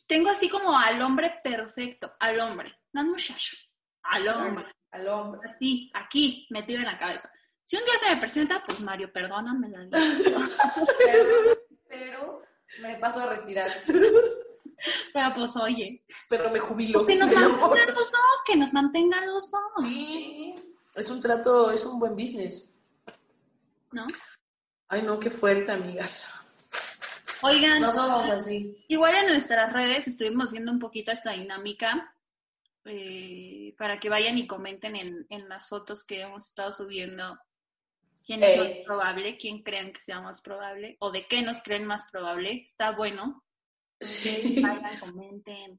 tengo así como al hombre perfecto, al hombre, no al muchacho, al hombre.
Al hombre.
así, aquí, metido en la cabeza. Si un día se me presenta, pues Mario, perdóname la vida.
Pero, pero me paso a retirar.
Pero pues oye,
Pero me jubilo.
Pues que nos
Me
mantengan
enamoro.
los dos, que nos mantengan los dos,
Sí, es un trato, es un buen business.
¿no?
Ay, no, qué fuerte, amigas.
Oigan,
No somos así.
igual en nuestras redes estuvimos haciendo un poquito esta dinámica eh, para que vayan y comenten en, en las fotos que hemos estado subiendo quién es
Ey.
más probable, quién creen que sea más probable o de qué nos creen más probable. Está bueno.
Sí.
Vayan, comenten.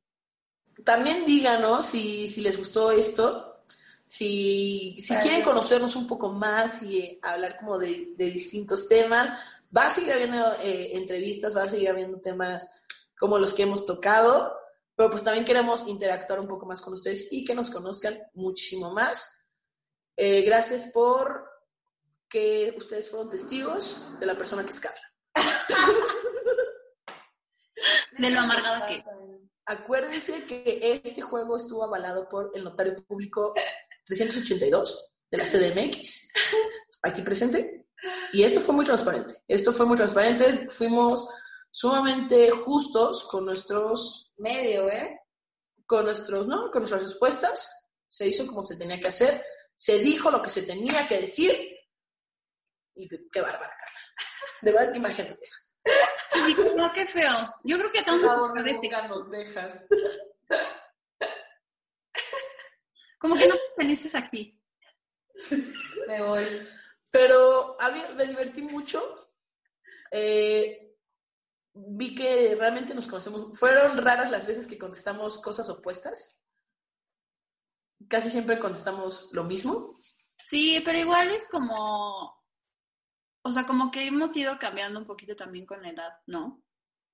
también díganos si, si les gustó esto, si, si
Para
quieren
que-
conocernos un poco más y eh, hablar como de, de distintos temas. Va a seguir habiendo eh, entrevistas, va a seguir habiendo temas como los que hemos tocado, pero pues también queremos interactuar un poco más con ustedes y que nos conozcan muchísimo más. Eh, gracias por que ustedes fueron testigos de la persona que es Carla.
De lo amargada que-
Acuérdense que este juego estuvo avalado por el notario público 382 de la CDMX, aquí presente. Y esto fue muy transparente. Esto fue muy transparente. Fuimos sumamente justos con nuestros,
Medio, ¿eh?
con nuestros, ¿no? Con nuestras respuestas. Se hizo como se tenía que hacer. Se dijo lo que se tenía que decir. Y qué bárbara, Carla. De verdad, qué imagen nos dejas.
Ay, no, qué feo. Yo creo que a todos
Por
nos
favor,
gusta de este.
nunca nos dejas.
Como que no somos felices aquí.
Me voy.
Pero a mí me divertí mucho. Eh, vi que realmente nos conocemos. Fueron raras las veces que contestamos cosas opuestas. Casi siempre contestamos lo mismo.
Sí, pero igual es como. O sea, como que hemos ido cambiando un poquito también con la edad, ¿no? O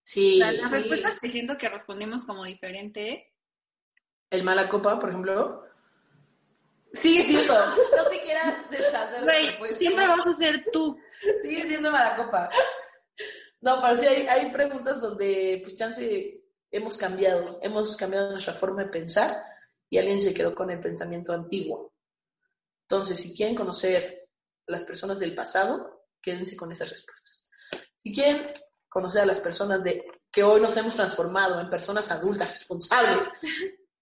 Sí,
sea, las
sí.
respuestas que siento que respondimos como diferente.
el mala copa, por ejemplo.
Sigue siendo. No te quieras deshacer. de
Güey,
propuestas.
siempre vas a ser tú.
Sigue siendo mala copa.
No, pero sí hay, hay preguntas donde, pues, chance, hemos cambiado. Hemos cambiado nuestra forma de pensar y alguien se quedó con el pensamiento antiguo. Entonces, si quieren conocer a las personas del pasado, quédense con esas respuestas. Si quieren conocer a las personas de que hoy nos hemos transformado en personas adultas, responsables,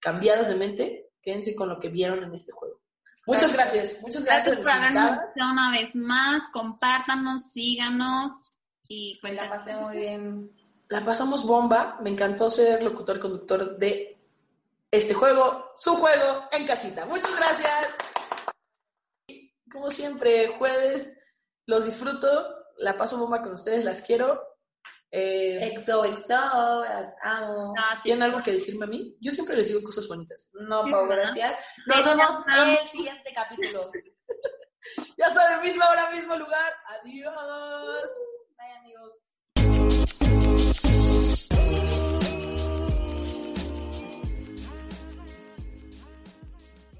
cambiadas de mente, quédense con lo que vieron en este juego. Muchas gracias, muchas gracias.
Gracias
a
por
mis
habernos
invitadas.
escuchado una vez más. Compártanos, síganos y
Me la
cuéntanos.
pasé muy bien.
La pasamos bomba. Me encantó ser locutor conductor de este juego, su juego en casita. Muchas gracias. Como siempre, jueves los disfruto. La paso bomba con ustedes, las quiero. Eh,
Exo, exo, las amo.
Ah, sí.
¿Tienen algo que decirme a mí? Yo siempre les digo cosas bonitas.
No,
Sí,
Pau,
¿verdad?
gracias.
Sí,
Nos vemos en
ya.
el siguiente capítulo.
Ya saben, misma hora, mismo lugar. Adiós.